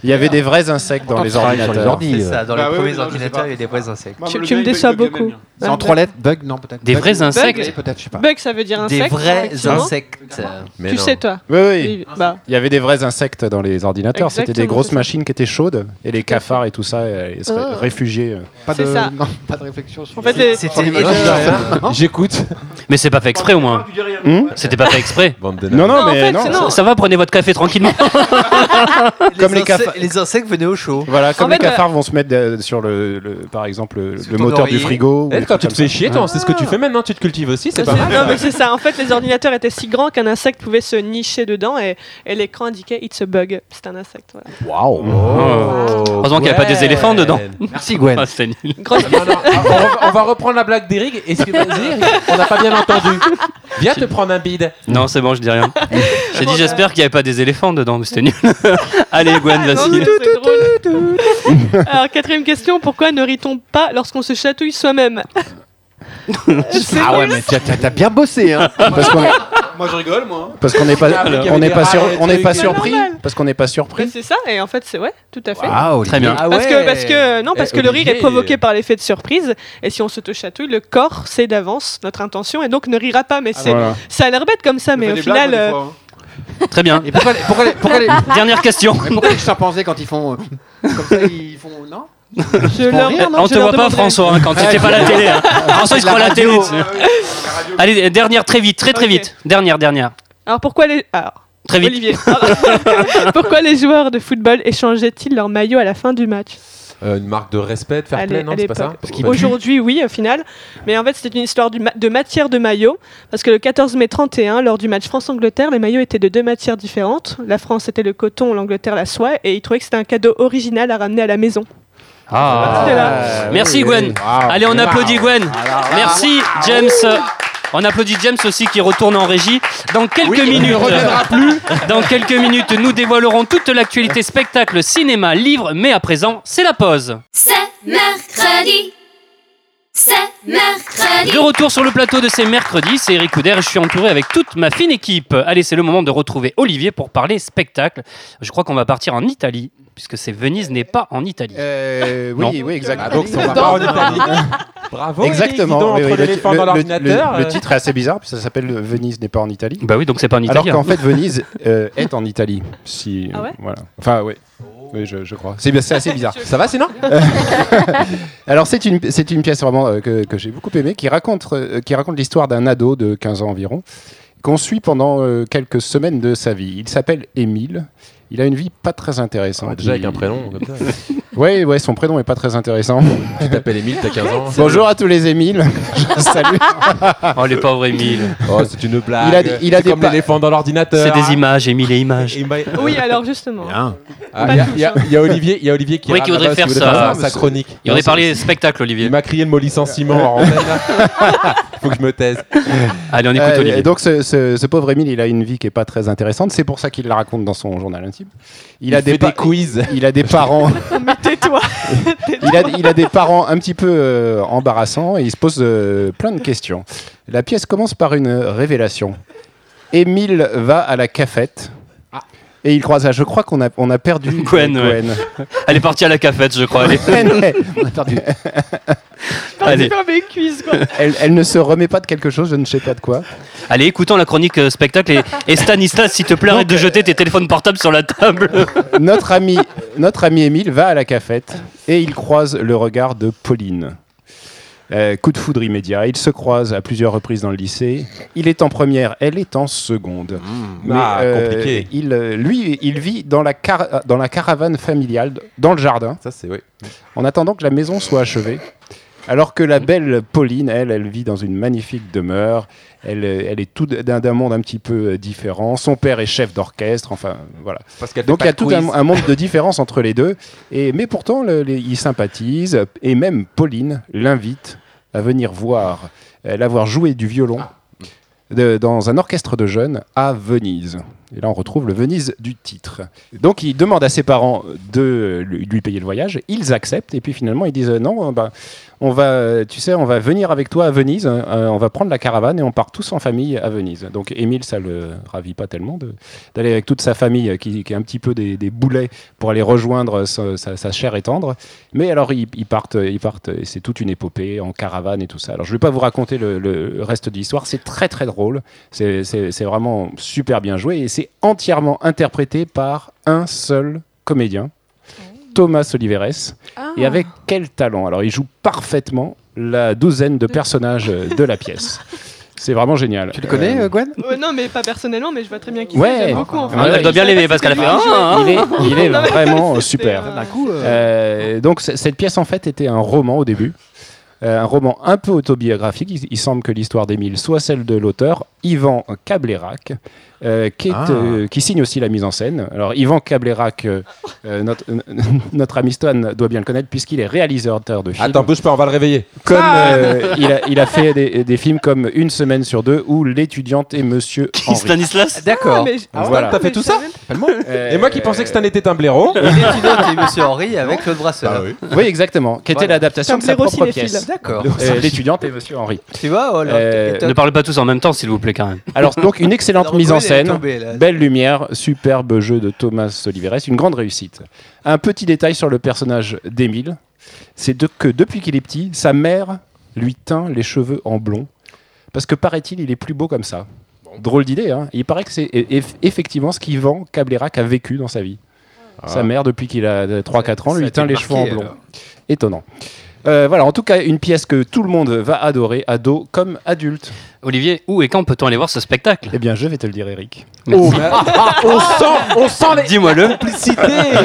[SPEAKER 2] Il y avait des vrais insectes dans
[SPEAKER 8] Pourtant,
[SPEAKER 2] les
[SPEAKER 8] je travaille sur
[SPEAKER 2] ordinateurs.
[SPEAKER 8] ordi, euh. C'est ça, dans les
[SPEAKER 11] Bah oui,
[SPEAKER 8] premiers
[SPEAKER 11] oui, non, je sais
[SPEAKER 8] ordinateurs,
[SPEAKER 11] pas.
[SPEAKER 8] il y a des vrais insectes.
[SPEAKER 11] Moi,
[SPEAKER 5] Tu-
[SPEAKER 11] le
[SPEAKER 5] tu me
[SPEAKER 11] bug- bug
[SPEAKER 5] déçois
[SPEAKER 11] de même,
[SPEAKER 5] beaucoup.
[SPEAKER 11] bien. hein.
[SPEAKER 8] C'est en trois lettres, bug, non, peut-être.
[SPEAKER 4] Des
[SPEAKER 8] Bug,
[SPEAKER 4] vrais
[SPEAKER 8] oui,
[SPEAKER 4] insectes
[SPEAKER 8] Peut-être, je sais pas.
[SPEAKER 5] Bug, ça veut dire
[SPEAKER 8] Des
[SPEAKER 5] insecte.
[SPEAKER 8] vrais
[SPEAKER 5] effectivement.
[SPEAKER 8] insectes. euh,
[SPEAKER 7] Mais
[SPEAKER 5] Tu
[SPEAKER 7] non.
[SPEAKER 5] sais, toi.
[SPEAKER 2] Oui, oui.
[SPEAKER 5] Oui, bah,
[SPEAKER 2] Il y avait des vrais insectes dans les ordinateurs. C'était des
[SPEAKER 5] Exactement,
[SPEAKER 2] grosses
[SPEAKER 5] c'est ça.
[SPEAKER 2] machines qui étaient chaudes et les cafards et tout ça, euh, ils se ré-
[SPEAKER 5] Oh.
[SPEAKER 2] réfugiaient. euh.
[SPEAKER 6] Pas
[SPEAKER 5] C'est
[SPEAKER 6] de,
[SPEAKER 5] ça.
[SPEAKER 6] non, pas de réflexion sur
[SPEAKER 5] En fait, les-
[SPEAKER 8] C'était
[SPEAKER 7] Imagine derrière. J'écoute.
[SPEAKER 4] Mais c'est pas fait exprès au moins.
[SPEAKER 2] Hmm
[SPEAKER 4] C'était pas fait exprès.
[SPEAKER 7] Bande de nazes.
[SPEAKER 2] Non, non,
[SPEAKER 5] Non, en
[SPEAKER 2] mais
[SPEAKER 5] fait,
[SPEAKER 2] non.
[SPEAKER 5] c'est non.
[SPEAKER 4] Ça va, prenez votre café tranquillement.
[SPEAKER 2] Comme les
[SPEAKER 8] insectes-
[SPEAKER 2] cafards.
[SPEAKER 8] les insectes venaient au show.
[SPEAKER 2] Voilà, comme
[SPEAKER 5] En
[SPEAKER 2] les
[SPEAKER 5] fait,
[SPEAKER 2] cafards vont se mettre euh, sur le, le- par exemple, le,
[SPEAKER 8] Sur
[SPEAKER 2] le
[SPEAKER 8] ton
[SPEAKER 2] moteur
[SPEAKER 8] oreiller.
[SPEAKER 2] du frigo. ou
[SPEAKER 7] Eh,
[SPEAKER 2] des
[SPEAKER 7] Quand tu
[SPEAKER 2] trucs
[SPEAKER 7] te
[SPEAKER 2] comme
[SPEAKER 7] fais
[SPEAKER 2] ça.
[SPEAKER 7] chier, toi, c'est ce
[SPEAKER 5] Ah.
[SPEAKER 7] que tu fais maintenant, tu te cultives aussi, c'est pas
[SPEAKER 5] C'est-
[SPEAKER 7] mal.
[SPEAKER 5] Non, mais c'est ça. En fait, les ordinateurs étaient si grands qu'un insecte pouvait se nicher dedans et, et l'écran indiquait It's a bug. C'est un insecte. voilà.
[SPEAKER 7] Waouh
[SPEAKER 4] Heureusement qu'il y a pas des éléphants dedans.
[SPEAKER 8] Oh. Merci Gwen.
[SPEAKER 4] Ah, c'était nul.
[SPEAKER 5] Grosse
[SPEAKER 7] Non, non, Ah, on, va, on va reprendre la blague d'Eric. Est-ce que vas-y, Eric, on n'a pas bien entendu Viens te prendre un bide.
[SPEAKER 4] Non, c'est bon, je dis rien. J'ai dit, j'espère qu'il n'y avait pas des éléphants dedans, mais c'était nul. Allez, Gwen,
[SPEAKER 5] Non,
[SPEAKER 4] vas-y.
[SPEAKER 5] c'est drôle. Alors, quatrième question pourquoi ne rit-on pas lorsqu'on se chatouille soi-même C'est
[SPEAKER 6] Ah ouais,
[SPEAKER 5] nul.
[SPEAKER 6] mais t'as- t'as t'as bien bossé, hein.
[SPEAKER 2] Parce qu'on est-
[SPEAKER 11] Moi, je rigole, moi.
[SPEAKER 2] parce qu'on n'est pas,
[SPEAKER 7] Ah, mais il y
[SPEAKER 2] on
[SPEAKER 7] avait
[SPEAKER 2] n'est
[SPEAKER 7] des
[SPEAKER 2] pas, sur-
[SPEAKER 7] rats, des
[SPEAKER 2] on n'est pas
[SPEAKER 7] trucs.
[SPEAKER 2] surpris.
[SPEAKER 5] Normal.
[SPEAKER 2] Parce qu'on n'est pas
[SPEAKER 5] Mais
[SPEAKER 2] surpris.
[SPEAKER 5] c'est ça, et en fait, c'est ouais, tout à fait.
[SPEAKER 6] Ah, Olivier.
[SPEAKER 4] Très bien.
[SPEAKER 7] Ah
[SPEAKER 5] Parce que,
[SPEAKER 7] ouais.
[SPEAKER 5] parce que, non, parce
[SPEAKER 7] Eh,
[SPEAKER 5] que le rire est
[SPEAKER 7] Olivier.
[SPEAKER 5] provoqué par l'effet de surprise, et si on se te chatouille, le corps sait d'avance notre intention et donc ne rira pas. Mais c'est,
[SPEAKER 2] Ah, Voilà.
[SPEAKER 5] ça a l'air bête comme ça,
[SPEAKER 11] On
[SPEAKER 5] mais
[SPEAKER 11] fait
[SPEAKER 5] au
[SPEAKER 11] des
[SPEAKER 5] final,
[SPEAKER 11] blagues,
[SPEAKER 5] euh,
[SPEAKER 11] des fois, hein.
[SPEAKER 4] Très bien.
[SPEAKER 6] Et pourquoi, les- pourquoi, les- pourquoi les,
[SPEAKER 4] Dernière question.
[SPEAKER 6] mais pourquoi les chimpanzés, quand ils font. euh, Comme ça, ils font. Non
[SPEAKER 5] je leur-
[SPEAKER 6] rire,
[SPEAKER 5] non,
[SPEAKER 4] On
[SPEAKER 5] je
[SPEAKER 4] te
[SPEAKER 5] leur
[SPEAKER 4] voit pas,
[SPEAKER 5] demanderai.
[SPEAKER 4] François, hein, quand tu t'es pas à la télé. hein. François, il se prend la télé. tu sais. Allez, dernière, très vite, très très
[SPEAKER 5] Ok.
[SPEAKER 4] vite. Dernière, dernière.
[SPEAKER 5] Alors pourquoi les. Alors,
[SPEAKER 4] Très vite. Ah.
[SPEAKER 5] Olivier. pourquoi les joueurs de football échangeaient-ils leur maillot à la fin du match
[SPEAKER 7] Euh, une marque de respect, de fair
[SPEAKER 5] À
[SPEAKER 7] play,
[SPEAKER 5] l'é-
[SPEAKER 7] non,
[SPEAKER 5] à
[SPEAKER 7] c'est pas ça
[SPEAKER 5] l'époque. Aujourd'hui, oui, au final. Mais en fait, c'était une histoire du ma- de matière de maillot. Parce que le 14 mai 31, lors du match France-Angleterre, les maillots étaient de deux matières différentes. La France était le coton, l'Angleterre la soie. Et ils trouvaient que c'était un cadeau original à ramener à la maison.
[SPEAKER 4] Ah.
[SPEAKER 5] C'était là.
[SPEAKER 4] Merci, Gwen. Allez, on applaudit Gwen.
[SPEAKER 5] Ah,
[SPEAKER 4] Merci, James. On applaudit James aussi qui retourne en régie. Dans quelques minutes, dans quelques minutes, nous dévoilerons toute l'actualité spectacle, cinéma, livre. Mais à présent, c'est la pause.
[SPEAKER 3] C'est mercredi. C'est mercredi.
[SPEAKER 4] De retour sur le plateau de ces mercredis, c'est Eric Couder et je suis entouré avec toute ma fine équipe. Allez, c'est le moment de retrouver Olivier pour parler spectacle. Je crois qu'on va partir en Italie, puisque c'est Venise n'est pas en Italie.
[SPEAKER 2] Euh, oui, oui,
[SPEAKER 10] Ah,
[SPEAKER 2] exactement.
[SPEAKER 7] Ah, donc,
[SPEAKER 2] Oui,
[SPEAKER 7] on va
[SPEAKER 2] dans-
[SPEAKER 7] pas en Italie. Bravo.
[SPEAKER 2] Exactement.
[SPEAKER 7] Eric, dis donc,
[SPEAKER 2] oui, oui,
[SPEAKER 7] entre
[SPEAKER 2] le-
[SPEAKER 7] l'éléphant
[SPEAKER 2] le-
[SPEAKER 7] dans
[SPEAKER 2] le-
[SPEAKER 7] l'ordinateur.
[SPEAKER 2] le- le
[SPEAKER 7] euh,
[SPEAKER 2] titre est assez bizarre, parce que ça s'appelle Venise n'est pas en Italie.
[SPEAKER 4] Bah oui, donc c'est pas en
[SPEAKER 2] Alors
[SPEAKER 4] Italie.
[SPEAKER 7] hein.
[SPEAKER 2] qu'en fait, Venise euh, est en Italie. Si,
[SPEAKER 5] Ah ouais
[SPEAKER 2] voilà. Enfin, oui. Oui, je, je crois. C'est c'est assez bizarre. Euh,
[SPEAKER 7] Ça va sinon
[SPEAKER 2] Alors, c'est une, c'est une pièce vraiment euh, que, que j'ai beaucoup aimée, qui raconte, euh, qui raconte l'histoire d'un ado de 15 ans environ, qu'on suit pendant euh, quelques semaines de sa vie. Il s'appelle Émile. Il a une vie pas très intéressante.
[SPEAKER 7] Déjà avec
[SPEAKER 2] Il-
[SPEAKER 7] un prénom comme ça.
[SPEAKER 2] Ouais, ouais, son prénom est pas très intéressant.
[SPEAKER 7] Tu t'appelles Émile, t'as 15 ans.
[SPEAKER 2] Bonjour à tous les Émiles. Je salue.
[SPEAKER 4] Oh, les pauvres Émile.
[SPEAKER 7] Oh, c'est une blague.
[SPEAKER 2] Il a des- il a
[SPEAKER 7] C'est
[SPEAKER 2] des
[SPEAKER 7] comme
[SPEAKER 2] pa-
[SPEAKER 7] l'éléphant dans l'ordinateur.
[SPEAKER 4] C'est des images, Émile et images.
[SPEAKER 7] Il m'a- oh,
[SPEAKER 5] Oui, alors justement.
[SPEAKER 6] Bien.
[SPEAKER 7] Ah, Il y a- il y, a- il y a Olivier, il y a Olivier qui,
[SPEAKER 4] Oui, qui
[SPEAKER 7] râle
[SPEAKER 4] voudrait
[SPEAKER 7] là-bas,
[SPEAKER 4] faire
[SPEAKER 7] si vous voulez
[SPEAKER 4] ça.
[SPEAKER 7] faire sa chronique.
[SPEAKER 4] Il aurait parlé spectacle, Olivier.
[SPEAKER 7] Il m'a crié le mot licenciement. en antenne, là. Faut que je me taise.
[SPEAKER 4] Allez, on écoute
[SPEAKER 2] Euh,
[SPEAKER 4] Olivier.
[SPEAKER 2] et donc ce, ce- ce pauvre Émile, il a une vie qui est pas très intéressante. C'est pour ça qu'il la raconte dans son journal intime. Il, a des,
[SPEAKER 7] fait
[SPEAKER 2] pa-
[SPEAKER 7] des quiz.
[SPEAKER 2] il a des parents,
[SPEAKER 5] Tais-toi.
[SPEAKER 2] il a, il a des parents un petit peu euh, embarrassants et il se pose euh, plein de questions. La pièce commence par une révélation. Émile va à la cafette et il croise. Ah, je crois qu'on a, on a perdu
[SPEAKER 4] Gwen, ouais. Elle est partie à la cafette, je crois. Allez.
[SPEAKER 2] Gwen.
[SPEAKER 6] On a perdu.
[SPEAKER 5] Allez.
[SPEAKER 4] Allez.
[SPEAKER 5] mes cuisses, quoi.
[SPEAKER 2] elle, elle ne se remet pas de quelque chose, je ne sais pas de quoi.
[SPEAKER 4] Allez, écoutons la chronique euh, spectacle. Et, et Stanislas, s'il te plaît, arrête de
[SPEAKER 2] euh,
[SPEAKER 4] jeter tes téléphones portables sur la table.
[SPEAKER 2] notre ami, notre ami Émile va à la cafette et il croise le regard de Pauline. Euh, coup de foudre immédiat. Ils se croisent à plusieurs reprises dans le lycée. Il est en première, elle est en seconde. Mais,
[SPEAKER 7] Ah,
[SPEAKER 2] euh,
[SPEAKER 7] compliqué.
[SPEAKER 2] Il, euh, lui, il vit dans la, car- dans la caravane familiale, dans le jardin,
[SPEAKER 7] Ça, c'est oui.
[SPEAKER 2] en attendant que la maison soit achevée. Alors que la belle Pauline, elle, elle vit dans une magnifique demeure. Elle, euh, elle est tout d'un d'un monde un petit peu euh, différent. Son père est chef d'orchestre. Enfin, voilà.
[SPEAKER 7] Parce qu'elle
[SPEAKER 2] Donc il y a tout un,
[SPEAKER 7] monde.
[SPEAKER 2] un monde de différence entre les deux. Et, mais pourtant, le- les- ils sympathisent. Et même Pauline l'invite à venir voir,
[SPEAKER 7] Ah.
[SPEAKER 2] euh, l'avoir joué du violon de- dans un orchestre de jeunes à Venise. Et là, on retrouve le Venise du titre. Donc, il demande à ses parents de lui de lui payer le voyage. Ils acceptent. Et puis, finalement, ils disent euh, Non, euh, bah, on va, euh, tu sais, on va venir avec toi à Venise. euh, on va prendre la caravane et on part tous en famille à Venise. Donc, Émile, ça le ravit pas tellement de- d'aller avec toute sa famille euh, qui, qui est un petit peu des, des boulets pour aller rejoindre sa, sa- sa chère et tendre. Mais alors, ils, ils partent, ils partent, et c'est toute une épopée en caravane et tout ça. Alors, je vais pas vous raconter le, le reste de l'histoire, c'est très très drôle, c'est- c'est c'est vraiment super bien joué, et c'est entièrement interprété par un seul comédien, Thomas Oliveres. Et avec quel talent Alors, il joue parfaitement la douzaine de personnages euh, de la pièce. C'est vraiment génial. Tu
[SPEAKER 6] le connais, euh, Gwen
[SPEAKER 5] Euh, non, mais pas personnellement, mais je vois très bien qui
[SPEAKER 2] Ouais.
[SPEAKER 5] c'est. J'aime beaucoup en fait.
[SPEAKER 2] Ouais,
[SPEAKER 4] Ah, Elle doit bien l'aimer parce qu'elle a fait. Ah,
[SPEAKER 2] il est,
[SPEAKER 4] ah,
[SPEAKER 2] il est
[SPEAKER 5] Non, mais
[SPEAKER 2] vraiment
[SPEAKER 5] c'était,
[SPEAKER 2] super.
[SPEAKER 5] euh,
[SPEAKER 2] Euh, donc c- cette pièce en fait était un roman au début. Euh, un roman un peu autobiographique. Il, il semble que l'histoire d'Émile soit celle de l'auteur Yvan Cablérac, euh, qui, est,
[SPEAKER 6] Ah.
[SPEAKER 2] euh, qui signe aussi la mise en scène. Alors Yvan Cablérac, euh, euh, notre, notre ami Stan doit bien le connaître puisqu'il est réalisateur de films.
[SPEAKER 7] Attends, bouge pas, on va le réveiller.
[SPEAKER 2] Comme
[SPEAKER 8] Ah
[SPEAKER 4] Ah.
[SPEAKER 2] euh, il, a, il a fait des, des films comme Une semaine sur deux ou L'étudiante et Monsieur
[SPEAKER 4] ah.
[SPEAKER 2] Henri.
[SPEAKER 4] Stanislas
[SPEAKER 7] D'accord.
[SPEAKER 5] mais je-
[SPEAKER 2] Ah, voilà.
[SPEAKER 7] T'as fait
[SPEAKER 5] mais
[SPEAKER 7] tout
[SPEAKER 5] je
[SPEAKER 7] ça
[SPEAKER 5] savais pas.
[SPEAKER 7] Et moi qui pensais que
[SPEAKER 8] Euh,
[SPEAKER 7] Stan était un blaireau.
[SPEAKER 8] L'étudiante et Monsieur Henri avec le brasseur.
[SPEAKER 2] Ah Oui, exactement. Qui était
[SPEAKER 8] Voilà.
[SPEAKER 2] l'adaptation de
[SPEAKER 5] C'est un
[SPEAKER 2] sa propre
[SPEAKER 5] blaireau
[SPEAKER 2] pièce.
[SPEAKER 8] D'accord.
[SPEAKER 2] Euh, L'étudiante et Monsieur Henri.
[SPEAKER 8] Tu vois, voilà.
[SPEAKER 2] Euh,
[SPEAKER 4] Ne parlez pas tous en même temps, s'il vous plaît, quand même.
[SPEAKER 2] Alors donc une excellente
[SPEAKER 8] La
[SPEAKER 2] mise en
[SPEAKER 8] recommande, elle est
[SPEAKER 2] scène,
[SPEAKER 8] tombée, là.
[SPEAKER 2] belle lumière, superbe jeu de Thomas Oliveres, une grande réussite. Un petit détail sur le personnage d'Émile, c'est de- que depuis qu'il est petit, sa mère lui teint les cheveux en blond parce que paraît-il, il est plus beau comme ça. Drôle d'idée, hein Il paraît que c'est e- eff- effectivement ce qu'Yvan Cablérac a vécu dans sa vie.
[SPEAKER 7] Ah.
[SPEAKER 2] Sa mère, depuis qu'il a euh, 3-4 ans,
[SPEAKER 8] Ça a
[SPEAKER 2] lui
[SPEAKER 8] été
[SPEAKER 2] teint les
[SPEAKER 8] marqué,
[SPEAKER 2] cheveux en blond.
[SPEAKER 8] alors.
[SPEAKER 2] Étonnant. Euh, voilà, en tout cas, une pièce que tout le monde va adorer, ado comme adulte.
[SPEAKER 4] Olivier, où et quand peut-on aller voir ce spectacle
[SPEAKER 2] Eh bien, je vais te le dire, Eric.
[SPEAKER 4] Merci.
[SPEAKER 2] Oh.
[SPEAKER 7] on sent, on sent les
[SPEAKER 4] Dis-moi-le.
[SPEAKER 7] complicités.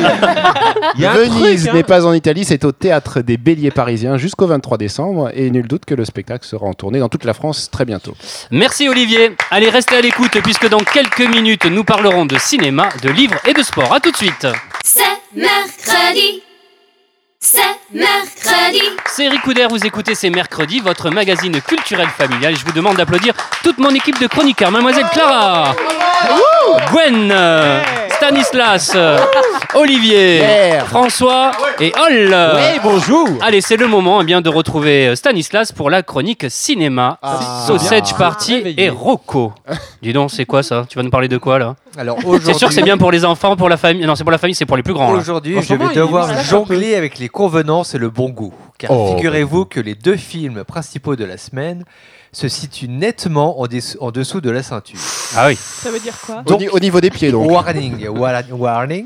[SPEAKER 7] Il y a un
[SPEAKER 2] Venise
[SPEAKER 7] truc, hein.
[SPEAKER 2] n'est pas en Italie, c'est au théâtre des Béliers parisiens jusqu'au 23 décembre et nul doute que le spectacle sera en tournée dans toute la France très bientôt.
[SPEAKER 4] Merci Olivier. Allez, restez à l'écoute puisque dans quelques minutes, nous parlerons de cinéma, de livres et de sport. À tout de suite.
[SPEAKER 3] C'est mercredi. C'est mercredi.
[SPEAKER 4] C'est Eric Couder, vous écoutez C'est Mercredi, votre magazine culturel familial. Je vous demande d'applaudir toute mon équipe de chroniqueurs. Mademoiselle Clara, Gwen, euh, Stanislas, euh, Olivier, François et Ol.
[SPEAKER 7] Eh, bonjour.
[SPEAKER 4] Allez, c'est le moment eh bien, de retrouver euh, Stanislas pour la chronique cinéma,
[SPEAKER 8] Ah.
[SPEAKER 4] Sausage Party
[SPEAKER 7] Réveillé.
[SPEAKER 4] et Rocco. Dis donc, c'est quoi ça Tu vas nous parler de quoi là
[SPEAKER 8] Alors aujourd'hui,
[SPEAKER 4] C'est sûr que c'est bien pour les enfants, pour la famille. Non, c'est pour la famille, c'est pour les plus grands. là.
[SPEAKER 8] Aujourd'hui,
[SPEAKER 7] En ce
[SPEAKER 8] je
[SPEAKER 7] moment,
[SPEAKER 8] vais
[SPEAKER 7] il est
[SPEAKER 8] devoir
[SPEAKER 7] bizarre,
[SPEAKER 8] jongler avec les convenances et le bon goût. Car
[SPEAKER 7] Oh.
[SPEAKER 8] figurez-vous que les deux films principaux de la semaine se situent nettement en, dessous- en dessous de la ceinture.
[SPEAKER 4] Ah oui.
[SPEAKER 5] Ça veut dire quoi
[SPEAKER 2] Au ni- au niveau des pieds donc.
[SPEAKER 8] Warning, wala- warning.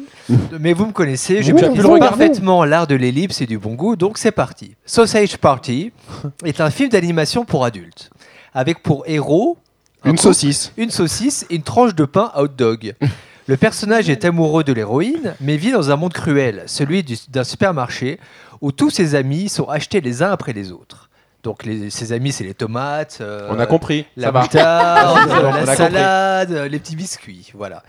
[SPEAKER 8] Mais vous me connaissez, je
[SPEAKER 7] Ouh, ouh,
[SPEAKER 8] maîtrise
[SPEAKER 7] ouh.
[SPEAKER 8] parfaitement l'art de l'ellipse et du bon goût, donc c'est parti. Sausage Party est un film d'animation pour adultes, avec pour héros un
[SPEAKER 2] Une
[SPEAKER 8] couple,
[SPEAKER 2] saucisse.
[SPEAKER 8] une saucisse et une tranche de pain hot dog. Le personnage est amoureux de l'héroïne, mais vit dans un monde cruel, celui du- d'un supermarché où tous ses amis sont achetés les uns après les autres. Donc les- ses amis, c'est les tomates, euh,
[SPEAKER 7] On a compris.
[SPEAKER 8] la
[SPEAKER 7] ça va.
[SPEAKER 8] moutarde,
[SPEAKER 7] On a compris.
[SPEAKER 8] la salade, euh, les petits biscuits, voilà.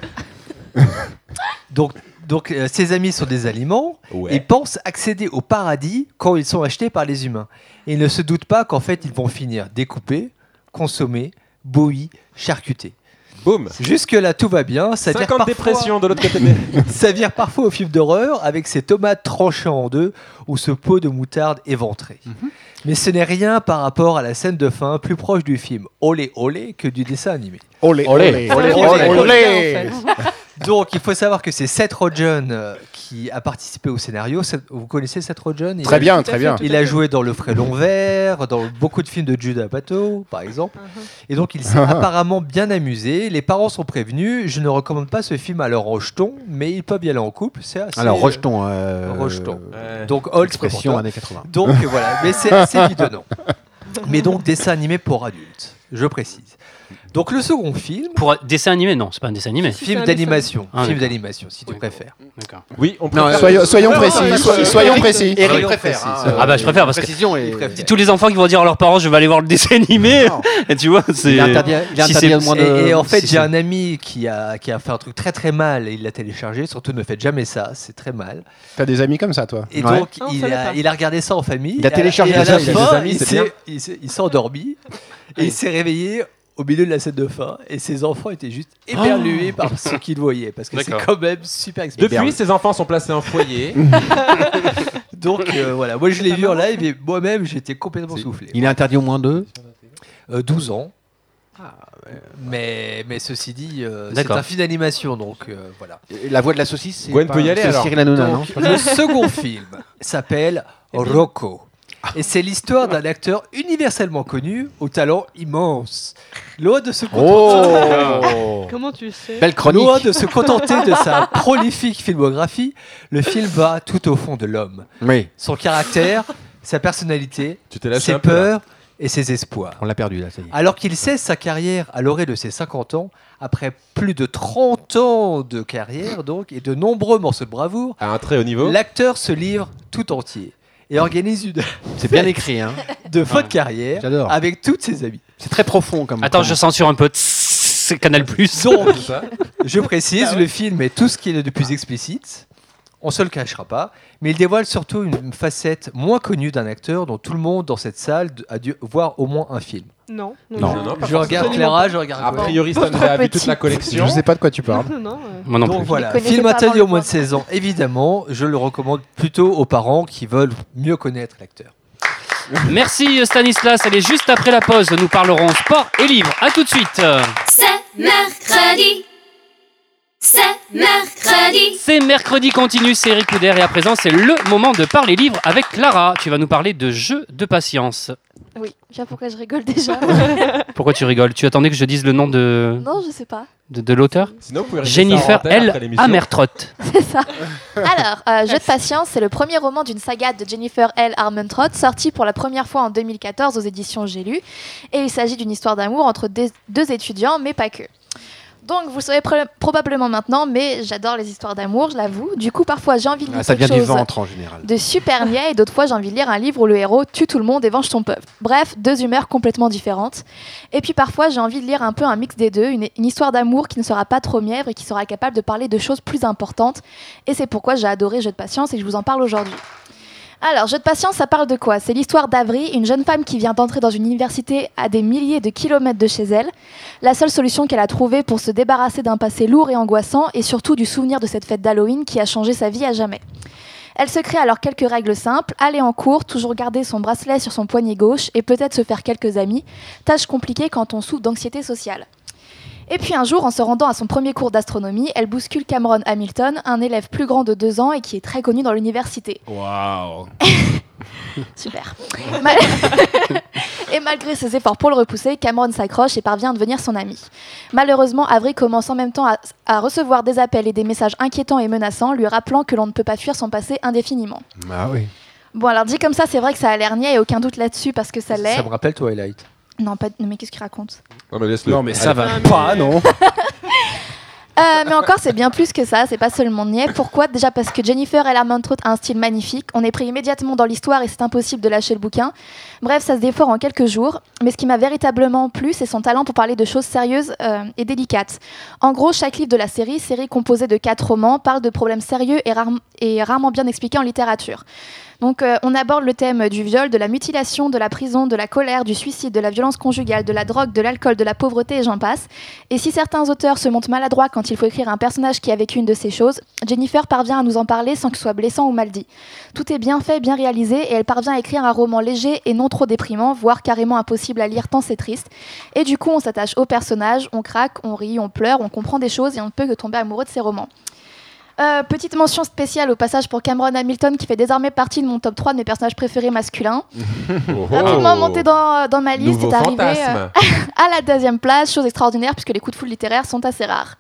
[SPEAKER 8] donc, donc euh, ses amis sont des aliments et pensent accéder au paradis quand ils sont achetés par les humains. Et ils ne se doutent pas qu'en fait ils vont finir découpés, consommés, bouillis, charcutés.
[SPEAKER 7] Boum.
[SPEAKER 8] Jusque-là, tout va bien. Ça vire,
[SPEAKER 7] 50
[SPEAKER 8] parfois,
[SPEAKER 7] dépressions de l'autre côté. de-
[SPEAKER 8] ça vire parfois au film d'horreur avec ces tomates tranchées en deux ou ce pot de moutarde éventré.
[SPEAKER 7] Mhm.
[SPEAKER 8] Mais ce n'est rien par rapport à la scène de fin plus proche du film Olé Olé que du dessin animé.
[SPEAKER 2] Olé, olé,
[SPEAKER 8] Olé,
[SPEAKER 5] olé.
[SPEAKER 2] olé.
[SPEAKER 8] Donc, il faut savoir que c'est Seth Rogen euh, qui a participé au scénario. Seth- Vous connaissez Seth Rogen Il
[SPEAKER 2] Très
[SPEAKER 8] a-
[SPEAKER 2] bien, très bien.
[SPEAKER 8] Il a joué dans Le Frélon Vert, dans beaucoup de films de Judas Pato, par exemple. Et donc, il s'est apparemment bien amusé. Les parents sont prévenus. Je ne recommande pas ce film à leur rejeton, mais ils peuvent y aller en couple. C'est assez-
[SPEAKER 6] Alors, rejetons. euh,
[SPEAKER 8] rejetons.
[SPEAKER 6] euh,
[SPEAKER 8] Donc, Holt,
[SPEAKER 6] expression
[SPEAKER 8] prépare-toi.
[SPEAKER 6] années 80.
[SPEAKER 8] Donc voilà, mais c'est assez bidonnant. Mais donc, dessin animé pour adultes, je précise. Donc, le second film,
[SPEAKER 4] Pour un dessin animé, non, c'est pas un dessin animé.
[SPEAKER 5] Si, c'est
[SPEAKER 8] film
[SPEAKER 5] un
[SPEAKER 8] d'animation,
[SPEAKER 4] Ah,
[SPEAKER 8] film
[SPEAKER 4] d'accord.
[SPEAKER 8] d'animation, si tu
[SPEAKER 4] Oui.
[SPEAKER 8] préfères.
[SPEAKER 4] D'accord.
[SPEAKER 7] Oui, on
[SPEAKER 6] Non,
[SPEAKER 7] préfère-
[SPEAKER 4] euh,
[SPEAKER 2] Soyons, soyons
[SPEAKER 7] Non,
[SPEAKER 2] précis,
[SPEAKER 7] non,
[SPEAKER 2] so-
[SPEAKER 7] non,
[SPEAKER 2] soyons précis.
[SPEAKER 8] Eric
[SPEAKER 7] Soyons
[SPEAKER 8] préfère,
[SPEAKER 7] précis.
[SPEAKER 8] hein.
[SPEAKER 4] Ah bah je préfère parce que
[SPEAKER 8] Précision et
[SPEAKER 4] tous les enfants qui vont dire à leurs parents je vais aller voir le dessin animé, et tu vois, c'est.
[SPEAKER 8] Il interdit-
[SPEAKER 4] Si c'est-
[SPEAKER 8] Et- Et, en fait,
[SPEAKER 4] euh, si
[SPEAKER 8] j'ai
[SPEAKER 4] c'est-
[SPEAKER 8] un ami qui a, qui a fait un truc très très mal et il l'a téléchargé. Surtout, ne faites jamais ça, c'est très mal.
[SPEAKER 2] T'as des amis comme ça, toi
[SPEAKER 8] Et
[SPEAKER 6] Ouais.
[SPEAKER 8] donc,
[SPEAKER 5] Ah, on
[SPEAKER 8] il,
[SPEAKER 5] savait
[SPEAKER 8] a,
[SPEAKER 5] pas.
[SPEAKER 8] il a regardé ça en famille.
[SPEAKER 6] Il a
[SPEAKER 8] Et à-
[SPEAKER 6] téléchargé
[SPEAKER 8] et à
[SPEAKER 6] ça
[SPEAKER 8] la
[SPEAKER 6] chez des
[SPEAKER 8] fin,
[SPEAKER 6] amis,
[SPEAKER 8] il
[SPEAKER 6] c'est
[SPEAKER 8] s'est-
[SPEAKER 6] bien.
[SPEAKER 8] il s'est- il s'est endormi et il s'est réveillé au milieu de la scène de fin et ses enfants étaient juste
[SPEAKER 10] Oh.
[SPEAKER 8] éberlués par ce qu'ils voyaient parce que c'est
[SPEAKER 7] D'accord.
[SPEAKER 8] quand même super
[SPEAKER 7] Depuis, ses enfants sont placés en foyer.
[SPEAKER 8] Donc euh, voilà, moi je l'ai vu en live et moi-même j'étais complètement soufflé.
[SPEAKER 6] Il est interdit au moins deux
[SPEAKER 8] Euh, 12 ans. mais, mais ceci dit, euh, c'est
[SPEAKER 6] D'accord.
[SPEAKER 8] un film d'animation donc euh, voilà.
[SPEAKER 6] La voix de la saucisse, c'est
[SPEAKER 8] Gwen
[SPEAKER 6] pas-
[SPEAKER 8] peut y aller,
[SPEAKER 6] c'est
[SPEAKER 8] alors.
[SPEAKER 6] Cyril Hanouna, non Eh
[SPEAKER 8] Donc, le second film s'appelle Rocco. Et c'est l'histoire d'un acteur universellement connu au talent immense. Loin de se contenter.
[SPEAKER 5] Oh. Comment tu sais
[SPEAKER 8] Belle
[SPEAKER 5] chronique.
[SPEAKER 8] Loin de se contenter de sa prolifique filmographie, le film va tout au fond de l'homme.
[SPEAKER 6] Oui.
[SPEAKER 8] Son caractère, sa personnalité,
[SPEAKER 6] lâché
[SPEAKER 8] ses
[SPEAKER 6] un peu, là.
[SPEAKER 8] peurs et ses espoirs.
[SPEAKER 6] On l'a perdu là, ça y est.
[SPEAKER 8] Alors qu'il cesse sa carrière à l'orée de ses 50 ans, après plus de 30 ans de carrière donc et de nombreux morceaux de bravoure,
[SPEAKER 7] à un très haut niveau,
[SPEAKER 8] l'acteur se livre tout entier et organise une
[SPEAKER 6] C'est bien écrit, hein.
[SPEAKER 8] de fin de carrière
[SPEAKER 6] J'adore.
[SPEAKER 8] avec toutes ses amies.
[SPEAKER 6] C'est très profond comme.
[SPEAKER 4] Attends, je censure un peu. Tss, C'est Canal Plus.
[SPEAKER 8] Donc, je précise, le film est tout ce qu'il est de plus explicite. On se le cachera pas, mais il dévoile surtout une facette moins connue d'un acteur dont tout le monde dans cette salle a dû voir au moins un film.
[SPEAKER 5] Non.
[SPEAKER 8] Non. Je regarde Clara, je regarde
[SPEAKER 7] A
[SPEAKER 8] Gwen.
[SPEAKER 7] priori, Stan
[SPEAKER 8] Pauvre
[SPEAKER 7] a vu toute
[SPEAKER 8] petit.
[SPEAKER 7] la collection.
[SPEAKER 2] Je sais pas de quoi tu parles.
[SPEAKER 4] Moi non
[SPEAKER 8] Donc
[SPEAKER 4] plus.
[SPEAKER 8] voilà,
[SPEAKER 12] Je les connaissais
[SPEAKER 8] film
[SPEAKER 12] pas avant
[SPEAKER 8] interdit
[SPEAKER 12] le
[SPEAKER 8] au moins de 16 ans, évidemment. Je le recommande plutôt aux parents qui veulent mieux connaître l'acteur.
[SPEAKER 4] Merci euh, Stanislas. Allez, juste après la pause, nous parlerons sport et livres. À tout de suite. euh.
[SPEAKER 3] C'est mercredi. C'est mercredi.
[SPEAKER 4] C'est mercredi continu, c'est Eric Couder et à présent c'est le moment de parler livres avec Clara. Tu vas nous parler de jeux de patience.
[SPEAKER 12] Oui, je vois pourquoi je rigole déjà.
[SPEAKER 4] Pourquoi tu rigoles Tu attendais que je dise le nom de,
[SPEAKER 12] non, je sais pas.
[SPEAKER 4] de, de l'auteur
[SPEAKER 7] Sinon, vous pouvez régler ça en
[SPEAKER 4] Jennifer
[SPEAKER 7] antenne après
[SPEAKER 4] L.
[SPEAKER 7] l'émission.
[SPEAKER 4] Amertrott.
[SPEAKER 12] C'est ça. Alors, euh, Jeu de patience, c'est le premier roman d'une saga de Jennifer L. Armentrout, sorti pour la première fois en 2014 aux éditions J'ai lu. Et il s'agit d'une histoire d'amour entre des- deux étudiants, mais pas que. Donc, vous le savez pro- probablement maintenant, mais j'adore les histoires d'amour, je l'avoue. Du coup, parfois, j'ai envie de lire
[SPEAKER 6] Ah, ça vient
[SPEAKER 12] quelque
[SPEAKER 6] du
[SPEAKER 12] chose
[SPEAKER 6] ventre en général.
[SPEAKER 12] de super niais et d'autres fois j'ai envie de lire un livre où le héros tue tout le monde et venge son peuple. Bref, deux humeurs complètement différentes. Et puis parfois j'ai envie de lire un peu un mix des deux, une, une histoire d'amour qui ne sera pas trop mièvre et qui sera capable de parler de choses plus importantes. Et c'est pourquoi j'ai adoré Jeu de patience et je vous en parle aujourd'hui. Alors, Jeu de patience, ça parle de quoi C'est l'histoire d'Avry, une jeune femme qui vient d'entrer dans une université à des milliers de kilomètres de chez elle. La seule solution qu'elle a trouvée pour se débarrasser d'un passé lourd et angoissant et surtout du souvenir de cette fête d'Halloween qui a changé sa vie à jamais. Elle se crée alors quelques règles simples, aller en cours, toujours garder son bracelet sur son poignet gauche et peut-être se faire quelques amis, tâche compliquée quand on souffre d'anxiété sociale. Et puis un jour, en se rendant à son premier cours d'astronomie, elle bouscule Cameron Hamilton, un élève plus grand de deux ans et qui est très connu dans l'université.
[SPEAKER 1] Waouh
[SPEAKER 12] Super. Mal- et malgré ses efforts pour le repousser, Cameron s'accroche et parvient à devenir son ami. Malheureusement, Avery commence en même temps à, à recevoir des appels et des messages inquiétants et menaçants, lui rappelant que l'on ne peut pas fuir son passé indéfiniment.
[SPEAKER 6] Ah oui.
[SPEAKER 12] Bon, alors dit comme ça, c'est vrai que ça a l'air niais et aucun doute là-dessus parce que ça l'est.
[SPEAKER 8] Ça me rappelle Twilight.
[SPEAKER 12] Non, pas... non, mais qu'est-ce qu'il raconte
[SPEAKER 7] Non, mais laisse-le.
[SPEAKER 2] Non, Ah, mais ça va
[SPEAKER 5] mais-
[SPEAKER 2] pas, non.
[SPEAKER 12] Euh, Mais encore, c'est bien plus que ça, c'est pas seulement niais. Pourquoi Déjà parce que Jennifer Ellermantrout a un style magnifique. On est pris immédiatement dans l'histoire et c'est impossible de lâcher le bouquin. Bref, ça se défore en quelques jours. Mais ce qui m'a véritablement plu, c'est son talent pour parler de choses sérieuses euh, et délicates. En gros, chaque livre de la série, série composée de quatre romans, parle de problèmes sérieux et, rare- et rarement bien expliqués en littérature. Donc euh, on aborde le thème du viol, de la mutilation, de la prison, de la colère, du suicide, de la violence conjugale, de la drogue, de l'alcool, de la pauvreté et j'en passe. Et si certains auteurs se montrent maladroits quand il faut écrire un personnage qui a vécu une de ces choses, Jennifer parvient à nous en parler sans que ce soit blessant ou mal dit. Tout est bien fait, bien réalisé et elle parvient à écrire un roman léger et non trop déprimant, voire carrément impossible à lire tant c'est triste. Et du coup on s'attache au personnage, on craque, on rit, on pleure, on comprend des choses et on ne peut que tomber amoureux de ces romans. Euh, petite mention spéciale au passage pour Cameron Hamilton qui fait désormais partie de mon top 3 de mes personnages préférés masculins. Oh, Rapidement monté dans, euh, dans ma liste,
[SPEAKER 7] Oh. Nouveau
[SPEAKER 12] est arrivé
[SPEAKER 7] fantasme.
[SPEAKER 12] euh, à la deuxième place, chose extraordinaire puisque les coups de foule littéraires sont assez rares.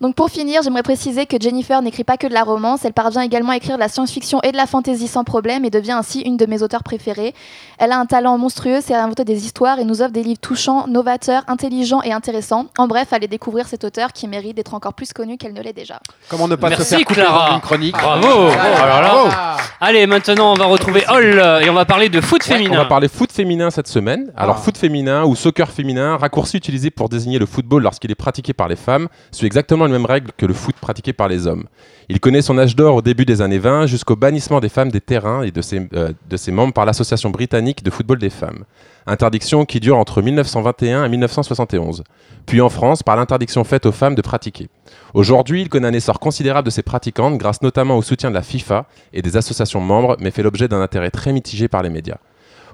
[SPEAKER 12] Donc pour finir, j'aimerais préciser que Jennifer n'écrit pas que de la romance, elle parvient également à écrire de la science-fiction et de la fantasy sans problème et devient ainsi une de mes auteurs préférées. Elle a un talent monstrueux, c'est inventer des histoires et nous offre des livres touchants, novateurs, intelligents et intéressants. En bref, allez découvrir cet auteur qui mérite d'être encore plus connu qu'elle ne l'est déjà.
[SPEAKER 6] Comment ne pas se
[SPEAKER 4] Merci
[SPEAKER 6] faire couper dans
[SPEAKER 4] Clara.
[SPEAKER 6] une chronique
[SPEAKER 4] Bravo. Alors là. Allez, maintenant on va retrouver Hall euh, et on va parler de foot
[SPEAKER 7] On va
[SPEAKER 4] féminin.
[SPEAKER 7] parler foot féminin cette semaine. Alors, foot féminin ou soccer féminin, raccourci utilisé pour désigner le football lorsqu'il est pratiqué par les femmes, suit exactement
[SPEAKER 10] exactement les mêmes règles que le foot pratiqué par les hommes. Il connaît son âge d'or au début des années 20 jusqu'au bannissement des femmes des terrains et de ses, euh, de ses membres par l'Association britannique de football des femmes. Interdiction qui dure entre 1921 et 1971. Puis en France, par l'interdiction faite aux femmes de pratiquer. Aujourd'hui, il connaît un essor considérable de ses pratiquantes grâce notamment au soutien de la FIFA et des associations membres, mais fait l'objet d'un intérêt très mitigé par les médias.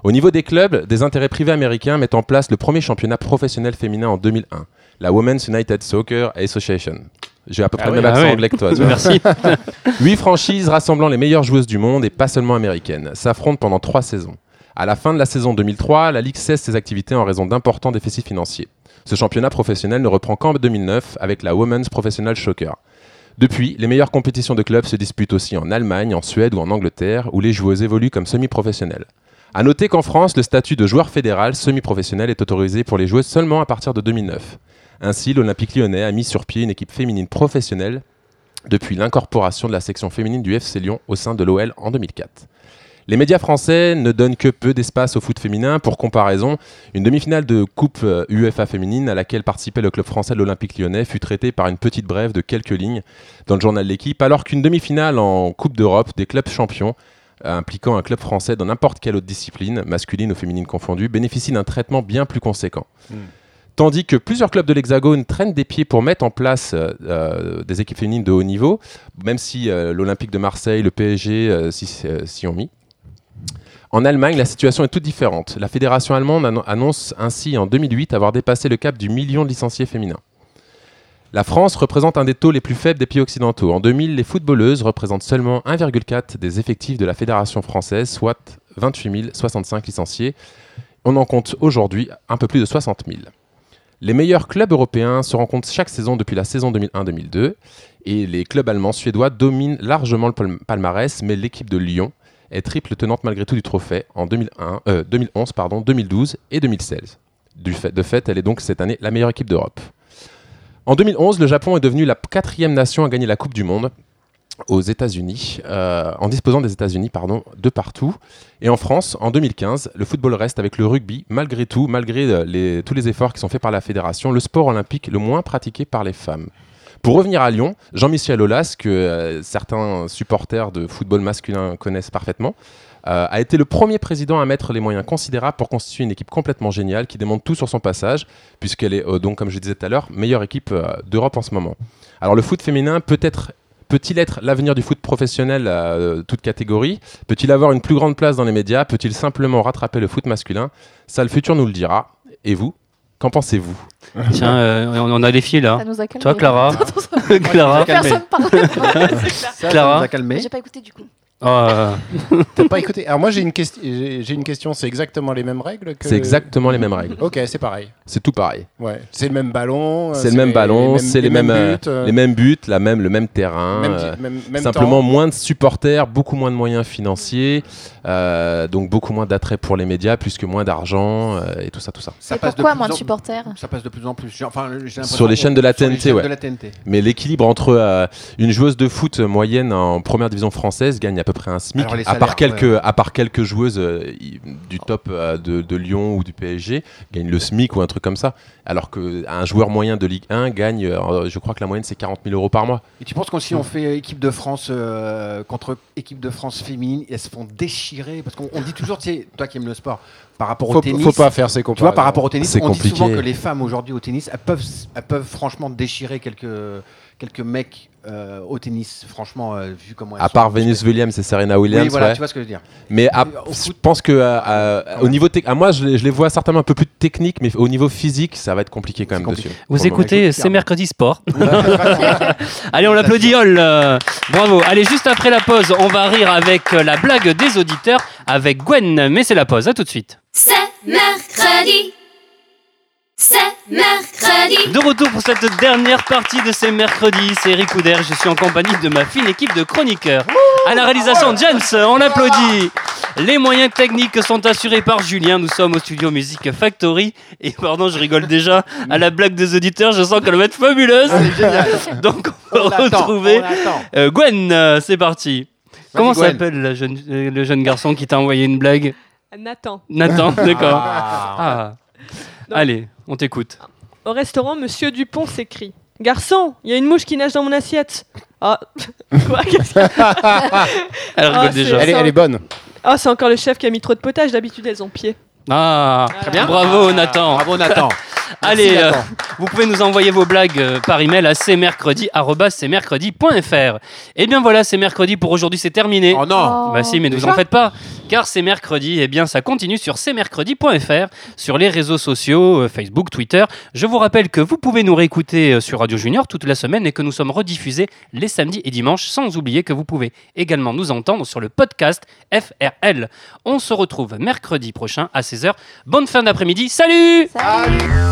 [SPEAKER 10] Au niveau des clubs, des intérêts privés américains mettent en place le premier championnat professionnel féminin en 2001, la Women's United Soccer Association. J'ai à peu près
[SPEAKER 4] Ah
[SPEAKER 10] le
[SPEAKER 4] oui,
[SPEAKER 10] même
[SPEAKER 4] ah
[SPEAKER 10] accent
[SPEAKER 4] oui.
[SPEAKER 10] anglais que toi. tu vois.
[SPEAKER 4] Merci.
[SPEAKER 10] Huit franchises rassemblant les meilleures joueuses du monde et pas seulement américaines s'affrontent pendant trois saisons. À la fin de la saison 2003, la Ligue cesse ses activités en raison d'importants déficits financiers. Ce championnat professionnel ne reprend qu'en 2009 avec la Women's Professional Soccer. Depuis, les meilleures compétitions de clubs se disputent aussi en Allemagne, en Suède ou en Angleterre, où les joueuses évoluent comme semi-professionnelles. À noter qu'en France, le statut de joueur fédéral semi-professionnel est autorisé pour les joueuses seulement à partir de 2009. Ainsi, l'Olympique lyonnais a mis sur pied une équipe féminine professionnelle depuis l'incorporation de la section féminine du FC Lyon au sein de l'OL en 2004. Les médias français ne donnent que peu d'espace au foot féminin. Pour comparaison, une demi-finale de Coupe euh, UEFA féminine à laquelle participait le club français de l'Olympique lyonnais fut traitée par une petite brève de quelques lignes dans le journal L'équipe, alors qu'une demi-finale en Coupe d'Europe des clubs champions euh, impliquant un club français dans n'importe quelle autre discipline, masculine ou féminine confondue, bénéficie d'un traitement bien plus conséquent. Tandis que plusieurs clubs de l'Hexagone traînent des pieds pour mettre en place euh, euh, des équipes féminines de haut niveau, même si euh, l'Olympique de Marseille, le PSG euh, s'y euh, s'y ont mis. En Allemagne, la situation est toute différente. La fédération allemande annon- annonce ainsi en 2008 avoir dépassé le cap du million de licenciés féminins. La France représente un des taux les plus faibles des pays occidentaux. En 2000, les footballeuses représentent seulement 1,4 des effectifs de la Fédération française, soit 28 065 licenciés. On en compte aujourd'hui un peu plus de 60 000. Les meilleurs clubs européens se rencontrent chaque saison depuis la saison 2001-2002 et les clubs allemands suédois dominent largement le palm- palmarès, mais l'équipe de Lyon est triple tenante malgré tout du trophée en 2001, euh, 2011, pardon, 2012 et 2016. Du fait, de fait, elle est donc cette année la meilleure équipe d'Europe. En 2011, le Japon est devenu la quatrième nation à gagner la Coupe du Monde aux États-Unis, euh, en disposant des États-Unis pardon, de partout. Et en France, en 2015, le football reste avec le rugby, malgré tout, malgré euh, les- tous les efforts qui sont faits par la fédération, le sport olympique le moins pratiqué par les femmes. Pour revenir à Lyon, Jean-Michel Aulas, que euh, certains supporters de football masculin connaissent parfaitement, euh, a été le premier président à mettre les moyens considérables pour constituer une équipe complètement géniale qui démontre tout sur son passage, puisqu'elle est, euh, donc, comme je disais tout à l'heure, meilleure équipe euh, d'Europe en ce moment. Alors le foot féminin peut être Peut-il être l'avenir du foot professionnel à euh, toute catégorie Peut-il avoir une plus grande place dans les médias Peut-il simplement rattraper le foot masculin Ça, le futur nous le dira. Et vous Qu'en pensez-vous
[SPEAKER 4] Tiens, euh, on on a des filles là.
[SPEAKER 12] Ça nous a calmé.
[SPEAKER 4] Toi, Clara. Clara.
[SPEAKER 12] Personne parle.
[SPEAKER 4] Clara.
[SPEAKER 12] hein, J'ai pas écouté du coup.
[SPEAKER 4] Ah,
[SPEAKER 2] T'as pas écouté. Alors moi j'ai une, quest- j'ai j'ai une question. C'est exactement les mêmes règles que.
[SPEAKER 10] C'est exactement les mêmes règles.
[SPEAKER 2] Ok, c'est pareil.
[SPEAKER 10] C'est tout pareil.
[SPEAKER 2] Ouais. C'est le même ballon. euh,
[SPEAKER 10] C'est le même ballon, c'est les, mêmes, euh,
[SPEAKER 2] buts, euh.
[SPEAKER 10] les mêmes buts, la même, le même terrain.
[SPEAKER 2] Même ti-
[SPEAKER 10] euh,
[SPEAKER 2] même- même
[SPEAKER 10] simplement
[SPEAKER 2] temps.
[SPEAKER 10] moins de supporters, beaucoup moins de moyens financiers, euh, donc beaucoup moins d'attrait pour les médias, plus que moins d'argent euh, et tout ça, tout ça.
[SPEAKER 12] Et pourquoi moins de supporters
[SPEAKER 6] Ça passe de plus en plus. J'ai- Enfin, j'ai l'impression
[SPEAKER 10] Sur les
[SPEAKER 6] qu'on-
[SPEAKER 10] chaînes de la
[SPEAKER 6] sur les
[SPEAKER 10] TNT,
[SPEAKER 6] chaînes
[SPEAKER 10] ouais.
[SPEAKER 6] de la TNT.
[SPEAKER 10] Mais l'équilibre entre euh, une joueuse de foot moyenne en première division française gagne à peu près un SMIC,
[SPEAKER 6] Alors, les
[SPEAKER 10] à, part
[SPEAKER 6] salaires,
[SPEAKER 10] quelques,
[SPEAKER 6] ouais.
[SPEAKER 10] à part quelques joueuses euh, y- du top euh, de, de Lyon ou du PSG, gagnent le SMIC ou un truc comme ça. Alors qu'un joueur moyen de Ligue 1 gagne, euh, je crois que la moyenne c'est 40 000 euros par mois.
[SPEAKER 6] Et tu penses qu'on si on fait euh, équipe de France euh, contre équipe de France féminine, elles se font déchirer parce qu'on on dit toujours, tu sais, toi qui aimes le sport, par rapport au
[SPEAKER 2] Faut-
[SPEAKER 6] tennis.
[SPEAKER 2] faut pas faire ces
[SPEAKER 6] Tu vois,
[SPEAKER 2] comparaisons.
[SPEAKER 6] par rapport au tennis,
[SPEAKER 2] C'est
[SPEAKER 6] on dit souvent
[SPEAKER 2] compliqué.
[SPEAKER 6] que les femmes aujourd'hui au tennis, elles peuvent, elles peuvent franchement déchirer quelques quelques mecs euh, au tennis. Franchement, euh, vu comment. Elles
[SPEAKER 10] À
[SPEAKER 6] sont.
[SPEAKER 10] part Venus Williams et Serena Williams.
[SPEAKER 6] Oui, voilà,
[SPEAKER 10] ouais.
[SPEAKER 6] tu vois ce que je veux dire.
[SPEAKER 10] Mais à- je pense que euh, euh, au niveau tec- à moi, je les, je les vois certainement un peu plus techniques, mais au niveau physique, ça va être compliqué quand même dessus.
[SPEAKER 4] Vous
[SPEAKER 10] Pour le moment.
[SPEAKER 4] écoutez, c'est mercredi sport. Allez, on l'applaudit, Ol. euh, Bravo. Allez, juste après la pause, on va rire avec euh, la blague des auditeurs avec Gwen. Mais c'est la pause, à tout de suite.
[SPEAKER 3] C'est mercredi. C'est mercredi.
[SPEAKER 4] De retour pour cette dernière partie de ces mercredis, c'est Eric Couder. Je suis en compagnie de ma fine équipe de chroniqueurs. À la réalisation, James, on l'applaudit. Les moyens techniques sont assurés par Julien. Nous sommes au studio Music Factory. Et pardon, je rigole déjà à la blague des auditeurs. Je sens qu'elle va être fabuleuse. Donc, on va
[SPEAKER 13] On l'attend,
[SPEAKER 4] retrouver
[SPEAKER 13] on l'attend.
[SPEAKER 4] euh, Gwen. euh, c'est parti.
[SPEAKER 5] Vas-y,
[SPEAKER 4] Comment
[SPEAKER 5] Gwen.
[SPEAKER 4] s'appelle la jeune- euh, le jeune garçon qui t'a envoyé une blague
[SPEAKER 5] Nathan.
[SPEAKER 4] Nathan, d'accord.
[SPEAKER 5] Ah.
[SPEAKER 4] Ah. Allez, on t'écoute.
[SPEAKER 5] Au restaurant, Monsieur Dupont s'écrit Garçon, il y a une mouche qui nage dans mon assiette. Ah, quoi qu'est-ce que-
[SPEAKER 4] Elle rigole
[SPEAKER 5] Ah, c'est-
[SPEAKER 4] déjà.
[SPEAKER 5] Elle est- elle est
[SPEAKER 2] bonne.
[SPEAKER 5] Ah, c'est encore le chef qui a mis trop de potage. D'habitude, elles ont pied.
[SPEAKER 4] Ah,
[SPEAKER 5] Très bien.
[SPEAKER 4] Bravo Nathan. Bravo
[SPEAKER 5] Nathan.
[SPEAKER 4] Allez,
[SPEAKER 5] Merci, Nathan.
[SPEAKER 4] euh, vous pouvez nous envoyer vos blagues euh, par email à cmercredi@cmercredi.fr. Et Eh bien voilà, c'est mercredi pour aujourd'hui, c'est terminé. Oh
[SPEAKER 7] non.
[SPEAKER 4] Bah si, mais ne vous en
[SPEAKER 7] Déjà
[SPEAKER 4] faites pas, car c'est mercredi. Et bien ça continue sur cmercredi.fr, sur les réseaux sociaux, euh, Facebook, Twitter. Je vous rappelle que vous pouvez nous réécouter euh, sur Radio Junior toute la semaine et que nous sommes rediffusés les samedis et dimanches. Sans oublier que vous pouvez également nous entendre sur le podcast FRL. On se retrouve mercredi prochain à 16h. Bonne fin d'après-midi. Salut
[SPEAKER 12] Salut